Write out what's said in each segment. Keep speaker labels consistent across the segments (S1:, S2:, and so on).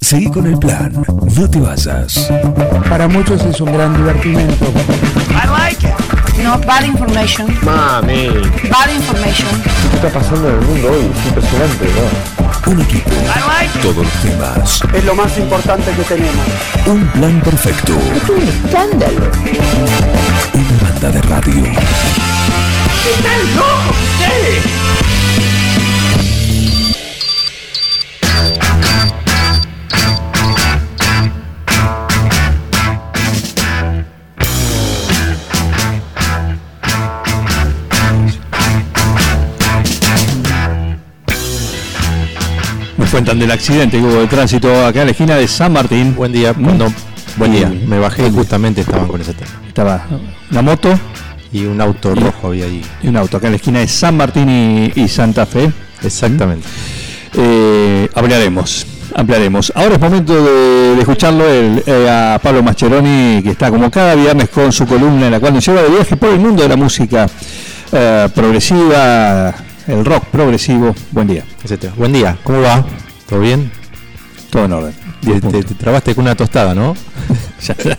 S1: Seguí con el plan, no te vayas.
S2: Para muchos es un gran divertimento.
S3: I like it.
S4: No, bad information.
S5: Mami,
S4: Bad information.
S5: ¿qué está pasando en el mundo hoy? Es impresionante, ¿no?
S1: Un equipo,
S3: I like it.
S1: todos los temas,
S6: Es lo más importante que tenemos.
S1: un plan perfecto. Una banda de radio.
S3: ¡Están locos ustedes!
S7: Nos cuentan del accidente que hubo de tránsito acá en la esquina de San Martín.
S8: Buen día,
S7: Mm.
S8: cuando
S7: Buen día.
S8: me bajé justamente estaban con ese tema.
S7: Estaba una moto
S8: Y un auto rojo había ahí.
S7: y un auto acá en la esquina de San Martín y, y Santa Fe.
S8: Exactamente.
S7: Eh, hablaremos, hablaremos. Ahora es momento de, de escucharlo el- eh, a Pablo Mascheroni, que está como cada viernes con su columna en la cual nos lleva de viaje por el mundo de la música eh, progresiva, el rock progresivo. Buen día,
S8: Ese tema. Buen día, ¿cómo va? ¿Todo bien?
S7: todo en orden.
S8: Te, te- te trabaste con una tostada, ¿no?
S7: Ya está.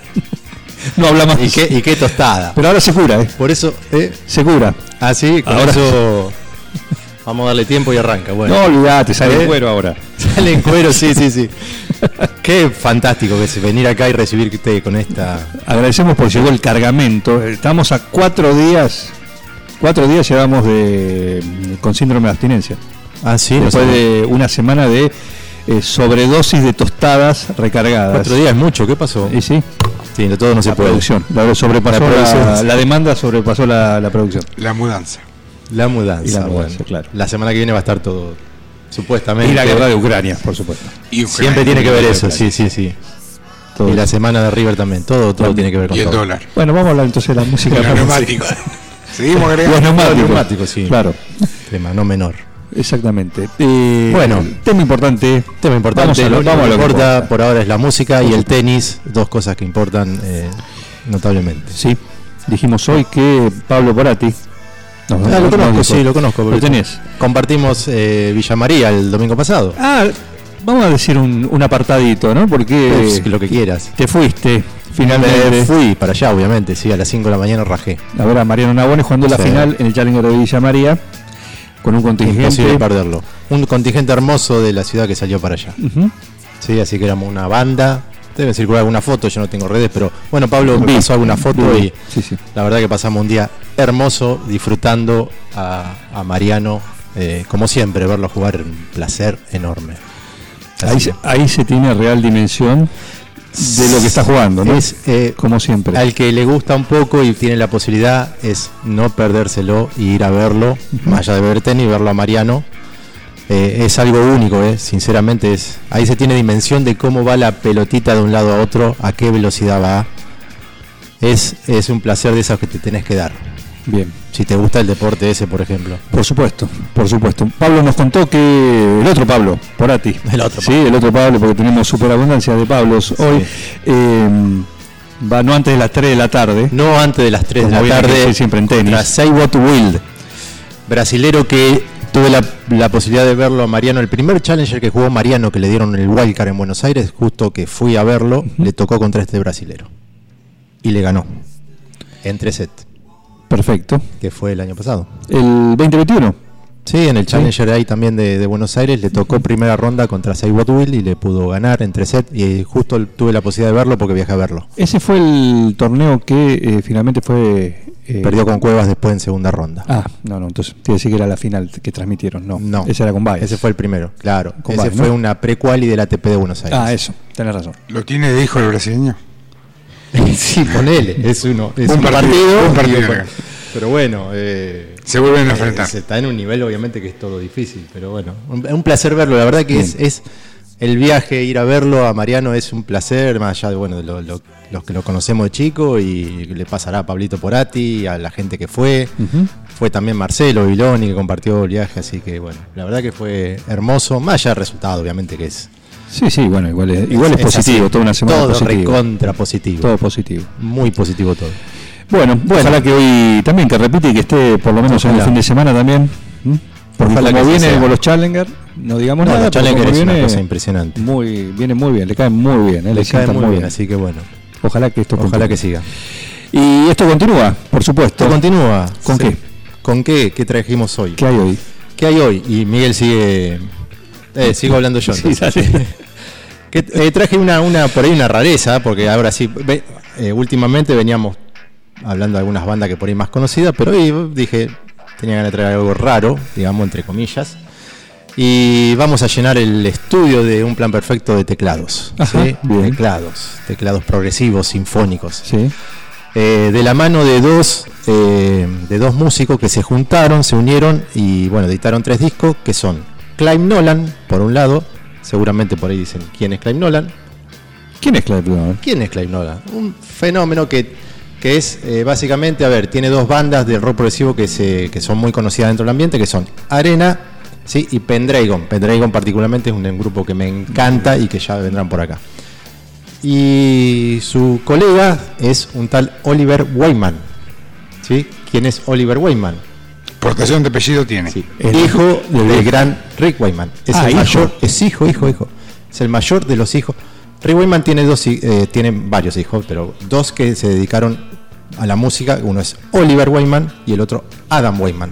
S7: no habla más.
S8: ¿Y qué, y qué tostada?
S7: Pero ahora se cura, eh.
S8: Por eso, ¿eh?
S7: Se cura.
S8: Ah, sí, con
S7: Ahora-
S8: eso vamos a darle tiempo y arranca. Bueno,
S7: No olvidate, sale
S8: Eh.
S7: el cuero ahora.
S8: sale en cuero, sí, sí, sí. Qué fantástico que es venir acá y recibirte con esta.
S7: Agradecemos porque llegó el cargamento. Estamos a cuatro días. Cuatro días llevamos de, con síndrome de abstinencia.
S8: Ah, sí,
S7: Después de una semana de eh, sobredosis de tostadas recargadas.
S8: Cuatro días es mucho, ¿qué pasó?
S7: Y sí,
S8: Sí, de todo no se
S7: la
S8: puede.
S7: producción. La, sobrepasó
S8: La producción.
S7: la- la demanda sobrepasó la, la producción.
S9: La mudanza.
S8: La mudanza,
S7: Y la mudanza,
S8: bueno.
S7: claro.
S8: La semana que viene va a estar todo, supuestamente.
S7: Y la guerra de Ucrania, por supuesto.
S9: Y
S8: Siempre
S9: Ucrania.
S8: tiene que ver eso, sí, sí, sí.
S7: Todo.
S8: Y la semana de River también, todo, todo tiene que ver con
S9: Y el
S8: todo.
S9: dólar.
S7: Bueno, vamos a hablar entonces de la música.
S9: El neumático. Seguimos
S7: Los
S9: agregando.
S7: neumáticos.
S8: Los neumáticos, sí.
S7: Claro,
S8: Tema no menor.
S7: exactamente. Eh,
S8: Bueno.
S7: tema importante.
S8: Tema importante,
S7: Vamos a lo,
S8: lo, único
S7: vamos a
S8: que
S7: lo que
S8: importa
S7: importa.
S8: por ahora es la música y el tenis, dos cosas que importan eh, notablemente.
S7: Sí, dijimos hoy que Pablo Borati. No,
S8: Ah, lo conozco, sí, lo conozco.
S7: ¿Lo
S8: porque
S7: tenés?
S8: Compartimos eh, Villa María el domingo pasado.
S7: Ah, vamos a decir un, un apartadito, ¿no? Porque
S8: Ups, lo que quieras.
S7: te fuiste
S8: Me
S7: finalmente.
S8: fui para allá, obviamente, sí, a las 5 de la mañana rajé.
S7: A ver, a Mariano Nabone jugando la
S8: Sí.
S7: final en el Challenger de Villa María con un
S8: Imposible
S7: contingente.
S8: perderlo. Un contingente hermoso de la ciudad que salió para allá.
S7: Ujú.
S8: Sí, así que éramos una banda. Deben circular alguna foto, yo no tengo redes, pero bueno, Pablo me
S7: Vi,
S8: pasó alguna foto
S7: vi.
S8: y
S7: Sí, sí.
S8: la verdad que pasamos un día hermoso disfrutando a, a Mariano. eh, como siempre, verlo jugar un placer enorme.
S7: Ahí,
S8: Así
S7: se- ahí se tiene real dimensión de lo que está jugando, ¿no?
S8: Es, eh,
S7: Como siempre.
S8: Al que le gusta un poco y tiene la posibilidad es no perdérselo y ir a verlo, más allá de ver tenis, verlo a Mariano. Eh, es algo único, eh, sinceramente. Es, ahí se tiene dimensión de cómo va la pelotita de un lado a otro, a qué velocidad va. Es, es un placer de esos que te tenés que dar.
S7: Bien.
S8: Si te gusta el deporte ese, por ejemplo.
S7: Por supuesto, por supuesto. Pablo nos contó que el otro Pablo, Porati.
S8: El otro
S7: Sí, el otro Pablo, porque tenemos superabundancia de Pablos hoy. eh, va no antes de las 3 de la tarde.
S8: No antes de las 3
S7: Como
S8: de
S7: bien
S8: la
S7: hay que
S8: tarde.
S7: decir siempre en tenis.
S8: contra Seiwot Wild. Brasilero que tuve la, la posibilidad de verlo a Mariano. El primer challenger que jugó Mariano, que le dieron el wildcard en Buenos Aires, justo que fui a verlo, le tocó contra este brasilero. Y le ganó. En 3 sets,
S7: Perfecto.
S8: que fue el año pasado.
S7: El 2021.
S8: Sí, en el Challenger ahí también de, de Buenos Aires le tocó primera ronda contra Seiwot Wild y le pudo ganar en 3 sets. Y justo tuve la posibilidad de verlo porque viajé a verlo.
S7: Ese fue el torneo que eh, finalmente fue. eh,
S8: Perdió con Cuevas después en segunda ronda.
S7: Ah, no, no, entonces te iba a decir que era la final que transmitieron. No,
S8: No.
S7: ese era con Baez.
S8: Ese fue el primero, claro.
S7: Con
S8: ese
S7: Baez,
S8: fue
S7: ¿no?
S8: una prequali del ATP de Buenos Aires.
S7: Ah, eso, tenés razón.
S9: ¿Lo tiene de hijo el brasileño?
S8: sí, ponele. Es uno. Es
S9: Un partido, un partido.
S8: y un par- Pero bueno. eh,
S9: Se vuelven a
S8: eh,
S9: enfrentar.
S8: se está en un nivel, obviamente, que es todo difícil. Pero bueno. Un, un placer verlo. La verdad que es, es. El viaje, ir a verlo a Mariano es un placer. Más allá de bueno, de lo- lo- los que lo conocemos de chico. Y le pasará a Pablito Porati, a la gente que fue. Fue también Marcelo Viloni que compartió el viaje. Así que bueno. La verdad que fue hermoso. Más allá del resultado, obviamente, que es.
S7: Sí, sí, bueno, igual es, igual es, positivo,
S8: así.
S7: toda una semana
S8: Todo
S7: positivo.
S8: recontra positivo.
S7: Todo positivo.
S8: Muy positivo todo.
S7: Bueno, ojalá que hoy también que repite y que esté por lo menos en el
S8: Ojalá.
S7: fin de semana también. ¿Mm? Porque
S8: Ojalá
S7: como
S8: que sí
S7: viene
S8: sea.
S7: con los Challenger, no digamos
S8: No,
S7: nada.
S8: los
S7: pero
S8: Challenger
S7: como
S8: es una
S7: viene
S8: cosa impresionante.
S7: Muy, viene muy bien, le caen muy bien, eh, le,
S8: Le cae
S7: sientan
S8: muy bien, así que bueno.
S7: Ojalá que esto continúe.
S8: Ojalá que siga.
S7: Y esto continúa, por supuesto.
S8: Esto continúa.
S7: ¿Con
S8: Sí.
S7: qué?
S8: ¿Con qué? ¿Qué trajimos hoy?
S7: ¿Qué hay hoy?
S8: ¿Qué hay hoy? Y Miguel sigue. Eh, sigo hablando yo.
S7: Sí,
S8: entonces.
S7: dale.
S8: Que, eh, traje una, una, por ahí una rareza, porque ahora sí, ve- eh, últimamente veníamos hablando de algunas bandas que por ahí más conocidas, pero hoy dije, tenía ganas de traer algo raro, digamos, entre comillas. Y vamos a llenar el estudio de un plan perfecto de teclados.
S7: Ajá,
S8: ¿sí?
S7: bien.
S8: Teclados, teclados progresivos, sinfónicos
S7: Sí.
S8: eh, de la mano de dos, eh, de dos músicos que se juntaron, se unieron y bueno, editaron tres discos que son Clive Nolan, por un lado, seguramente por ahí dicen quién es Clive Nolan.
S7: ¿Quién es Clive Nolan?
S8: ¿Quién es Clive Nolan? Un fenómeno que, que es eh, básicamente, a ver, tiene dos bandas de rock progresivo que, se, que son muy conocidas dentro del ambiente, que son Arena ¿sí? y Pendragon. Pendragon particularmente es un, un grupo que me encanta y que ya vendrán por acá. Y su colega es un tal Oliver Wayman. ¿sí? ¿Quién es Oliver Wayman?
S9: Portación de apellido tiene.
S8: Sí, el hijo del gran Rick Wayman. Es
S7: Ah,
S8: el
S7: hijo.
S8: mayor, es hijo, hijo, hijo. Es el mayor de los hijos. Rick Wayman tiene dos, hi- eh, tiene varios hijos, pero dos que se dedicaron a la música. Uno es Oliver Wayman y el otro Adam Wayman.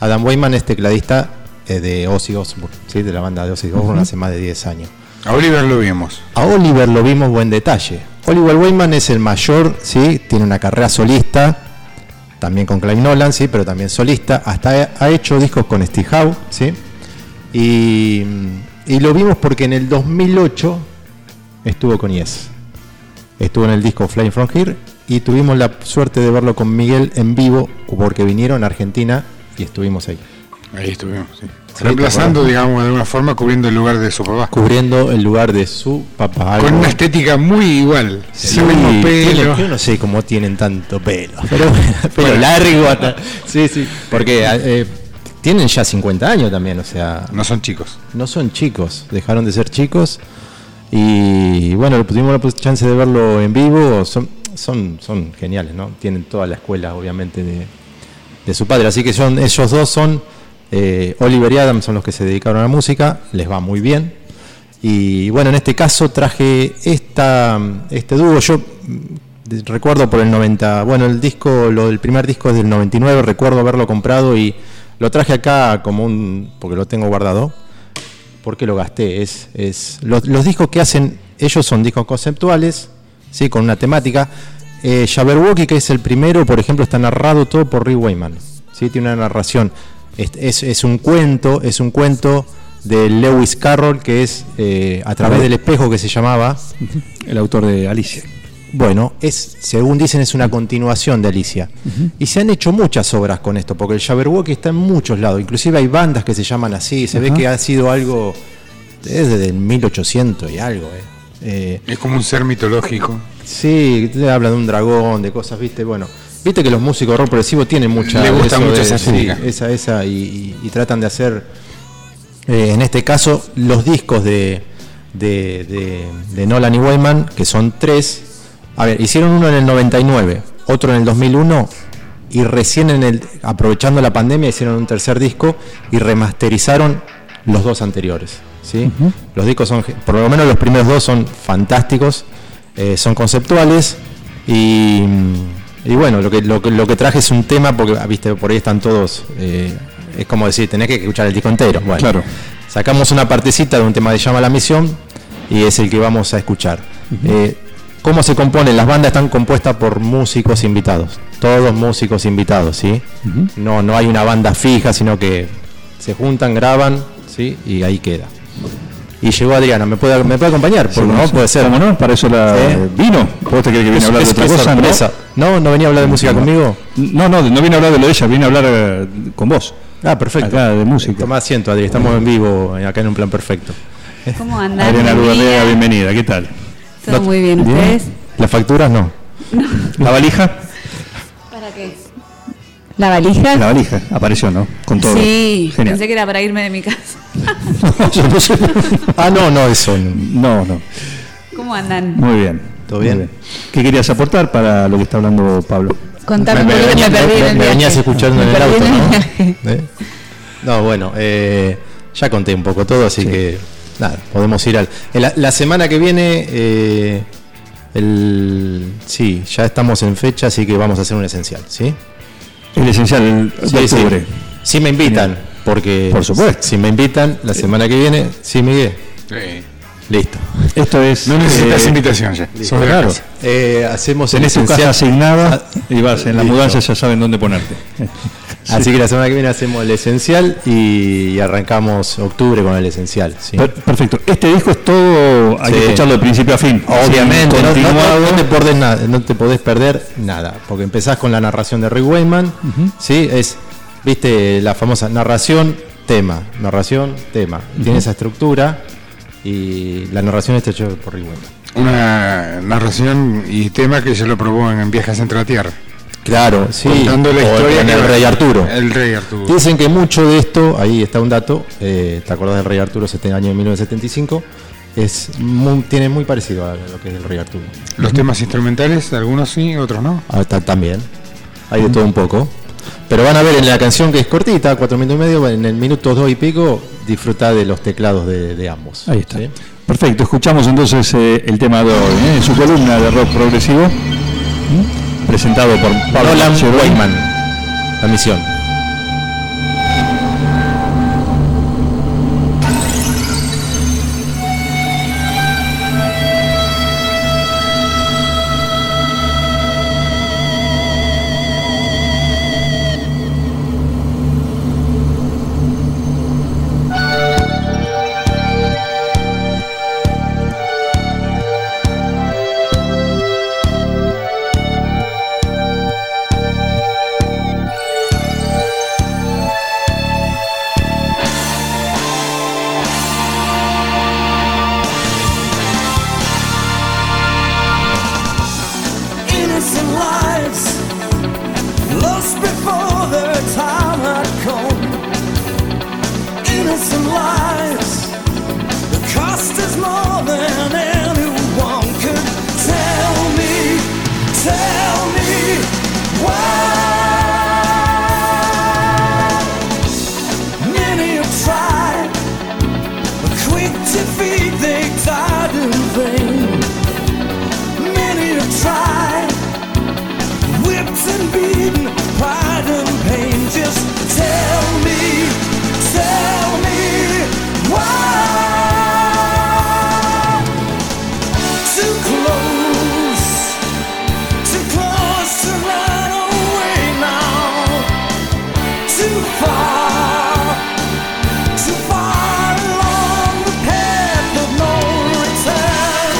S8: Adam Wayman es tecladista eh, de Ozzy Osbourne, ¿sí? de la banda de Ozzy Osbourne hace más de 10 años.
S9: A Oliver lo vimos.
S8: A Oliver lo vimos buen detalle. Oliver Wayman es el mayor, ¿sí? tiene una carrera solista, también con Clive Nolan, ¿sí? pero también solista. Hasta ha hecho discos con Steve Howe. ¿sí? Y, y lo vimos porque en el 2008 estuvo con Yes. Estuvo en el disco Flying From Here y tuvimos la suerte de verlo con Miguel en vivo porque vinieron a Argentina y estuvimos ahí.
S9: Ahí estuvimos, sí.
S8: Sí,
S9: Reemplazando,
S8: ¿te
S9: digamos, de alguna forma, cubriendo el lugar de su papá.
S8: Cubriendo el lugar de su papá.
S9: Con
S8: Algo-
S9: una estética muy igual.
S8: Sí,
S9: el mismo
S8: tienen-
S9: pelo.
S8: yo no sé cómo tienen tanto pelo. Pero pelo largo hasta. Sí, sí. Porque eh, tienen ya 50 años también, o sea,
S9: No son chicos.
S8: no son chicos, dejaron de ser chicos. Y bueno, tuvimos la chance de verlo en vivo. Son, son, son geniales, ¿no? Tienen toda la escuela, obviamente, de, de su padre. Así que son, ellos dos son, eh, Oliver y Adam son los que se dedicaron a la música, les va muy bien. Y bueno, en este caso traje esta, este dúo. Yo mm, de- recuerdo por el 90, bueno, el disco, lo, el primer disco es del 99, recuerdo haberlo comprado y lo traje acá como un, porque lo tengo guardado, porque lo gasté. Es, es los, los discos que hacen ellos son discos conceptuales, sí, con una temática. Eh, Jabberwocky, que es el primero, por ejemplo, está narrado todo por Rick Wayman. ¿sí? Tiene una narración. Es, es- es un cuento, es un cuento de Lewis Carroll que es eh, a través del espejo que se llamaba.
S7: El autor de Alicia.
S8: Bueno, es, según dicen, es una continuación de Alicia. Y se han hecho muchas obras con esto, porque el Jabberwocky está en muchos lados. Inclusive hay bandas que se llaman así. Se ve que ha sido algo desde el 1800 y algo. eh. Eh,
S9: Es como un ser mitológico.
S8: sí, te hablan de un dragón, de cosas, viste. Bueno, viste que los músicos rock progresivo tienen mucha...
S9: Le gusta
S8: eso
S9: mucho
S8: de-
S9: esa
S8: sí,
S9: estética.
S8: esa, esa, y- y- y tratan de hacer... Eh, en este caso, los discos de, de- de- de Nolan y Wayman, que son tres. A ver, hicieron uno en el 99, otro en el 2001 y recién en el aprovechando la pandemia hicieron un tercer disco y remasterizaron los dos anteriores, ¿sí? Los discos son ge- por lo menos los primeros dos son fantásticos, eh, son conceptuales y, y bueno, lo que, lo, que, lo que traje es un tema porque ah, viste por ahí están todos eh, es como decir, tenés que escuchar el disco entero. Bueno,
S7: Claro.
S8: Sacamos una partecita de un tema que se llama La Misión y es el que vamos a escuchar. Eh, ¿Cómo se componen? Las bandas están compuestas por músicos invitados. Todos músicos invitados, ¿sí? no, no hay una banda fija, sino que se juntan, graban, ¿sí? Y ahí queda. Y llegó Adriana, ¿me puede, me puede acompañar? Porque
S7: ¿Cómo
S8: no puede ser.
S7: ¿Cómo no? Para eso la
S8: Sí.
S7: vino. ¿Vos te crees que viene a hablar de otra
S8: Qué
S7: cosa?
S8: sorpresa. ¿no? no, venía a hablar de música conmigo.
S7: No, no, no viene a hablar de lo de ella, viene a hablar eh, con vos.
S8: Ah, perfecto.
S7: Acá de música.
S8: Toma asiento, Adri, estamos en vivo eh, acá en un plan perfecto.
S10: ¿Cómo andan?
S7: Adriana
S10: Buen
S7: Lugarrea,
S10: día.
S7: bienvenida, ¿qué tal?
S10: Todo muy bien, ¿ustedes?
S8: Las facturas no.
S7: ¿La valija?
S10: ¿Para qué? ¿La valija?
S7: La valija, apareció, ¿no? Con todo.
S10: Sí,
S7: genial.
S10: pensé que era para irme de mi casa.
S7: Yo no sé.
S8: Ah, no, no, eso. no.
S7: No, no.
S10: ¿Cómo andan?
S7: Muy bien.
S8: ¿Todo
S7: Muy
S8: bien?
S7: ¿Qué querías aportar para lo que está hablando Pablo?
S10: Contame un
S8: Me- me
S10: poquito, me
S8: venía-
S10: perdí
S8: me-
S10: en el
S8: me
S10: viaje.
S8: venías escuchando en
S10: Me
S8: el
S10: perdí
S8: auto,
S10: en el
S8: ¿no?
S10: viaje.
S8: ¿Eh? No, bueno, eh, ya conté un poco todo, así que nada, podemos ir al. en La, la semana que viene, eh, el, sí, ya estamos en fecha, así que vamos a hacer un esencial, ¿sí?
S7: El esencial el de
S8: Sí, sí.
S7: octubre.
S8: Si me invitan, porque.
S7: Por supuesto.
S8: Si me invitan, la semana que viene, sí, Miguel,
S9: Sí.
S8: listo.
S7: Esto es.
S9: No necesitas
S7: eh,
S9: invitación ya. Sos de la
S7: claro.
S9: casa.
S8: Eh, hacemos el
S7: Tenés tu casa
S8: esencial. Ah,
S7: asignada y vas en la
S8: Listo.
S7: mudanza, ya saben dónde ponerte.
S8: Así que la semana que viene hacemos el esencial y, arrancamos octubre con el esencial. ¿sí?
S7: Per- Perfecto. Este disco es todo, hay que
S8: Sí.
S7: escucharlo de principio a fin.
S8: Obviamente,
S7: Sin
S8: no, no-
S7: continuado.
S8: no te podés nada, no te podés perder nada, porque empezás con la narración de Rick Wayman, ¿sí? Es, viste, la famosa narración, tema, narración, tema. Tiene esa estructura y la narración está hecha por Rick Wayman.
S9: Una narración y tema que se lo probó en Viajes entre la Tierra.
S8: Claro, sí.
S9: contando la
S8: o
S9: historia
S8: en
S9: que-
S8: el Rey Arturo.
S9: El Rey Arturo.
S8: Dicen que mucho de esto, ahí está un dato, eh, ¿te acordás del Rey Arturo, este año de 1975? Es muy- tiene muy parecido a lo que es el Rey Arturo.
S9: Los temas instrumentales, algunos sí, otros no.
S8: Ah, ta- también. Hay de todo un poco. Pero van a ver en la canción que es cortita, cuatro minutos y medio, en el minuto dos y pico, disfruta de los teclados de, de ambos.
S7: Ahí está.
S8: ¿sí?
S7: Perfecto, escuchamos entonces eh, el tema de hoy, ¿eh? su columna de rock progresivo, ¿m? presentado por Pablo
S8: Nolan
S7: Cheroni.
S8: Wayman, la misión.
S3: innocent lives lost before their time had come. Innocent lives, the cost is more than anyone could tell me. Tell me why. Many have tried, but quick defeat, they died in vain. Many have tried, whipped and beaten, pride and pain. Just tell me, tell me why. Too close, too close to run away now. Too far. Too far along the path of no return.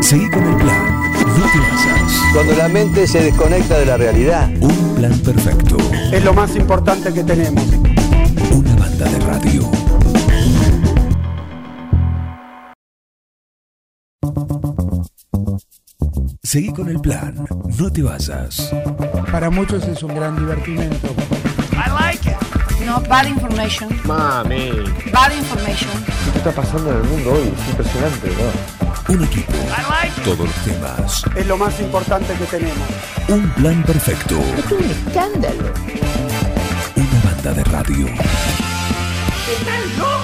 S3: Seguí con el plan. No te basas.
S11: Cuando la mente se desconecta de la realidad.
S3: Un plan perfecto.
S12: Es lo más importante que tenemos.
S3: Una banda de radio. Seguí con el plan. No te basas.
S13: Para muchos es un gran divertimento.
S10: No, bad information.
S14: Mami,
S10: Bad information.
S14: ¿qué está pasando en el mundo hoy? Es impresionante, ¿no?
S3: Un equipo. Todos los temas.
S12: Es lo más importante que tenemos.
S3: Un plan perfecto.
S10: Es un escándalo.
S3: Una banda de radio.
S15: ¡Están locos!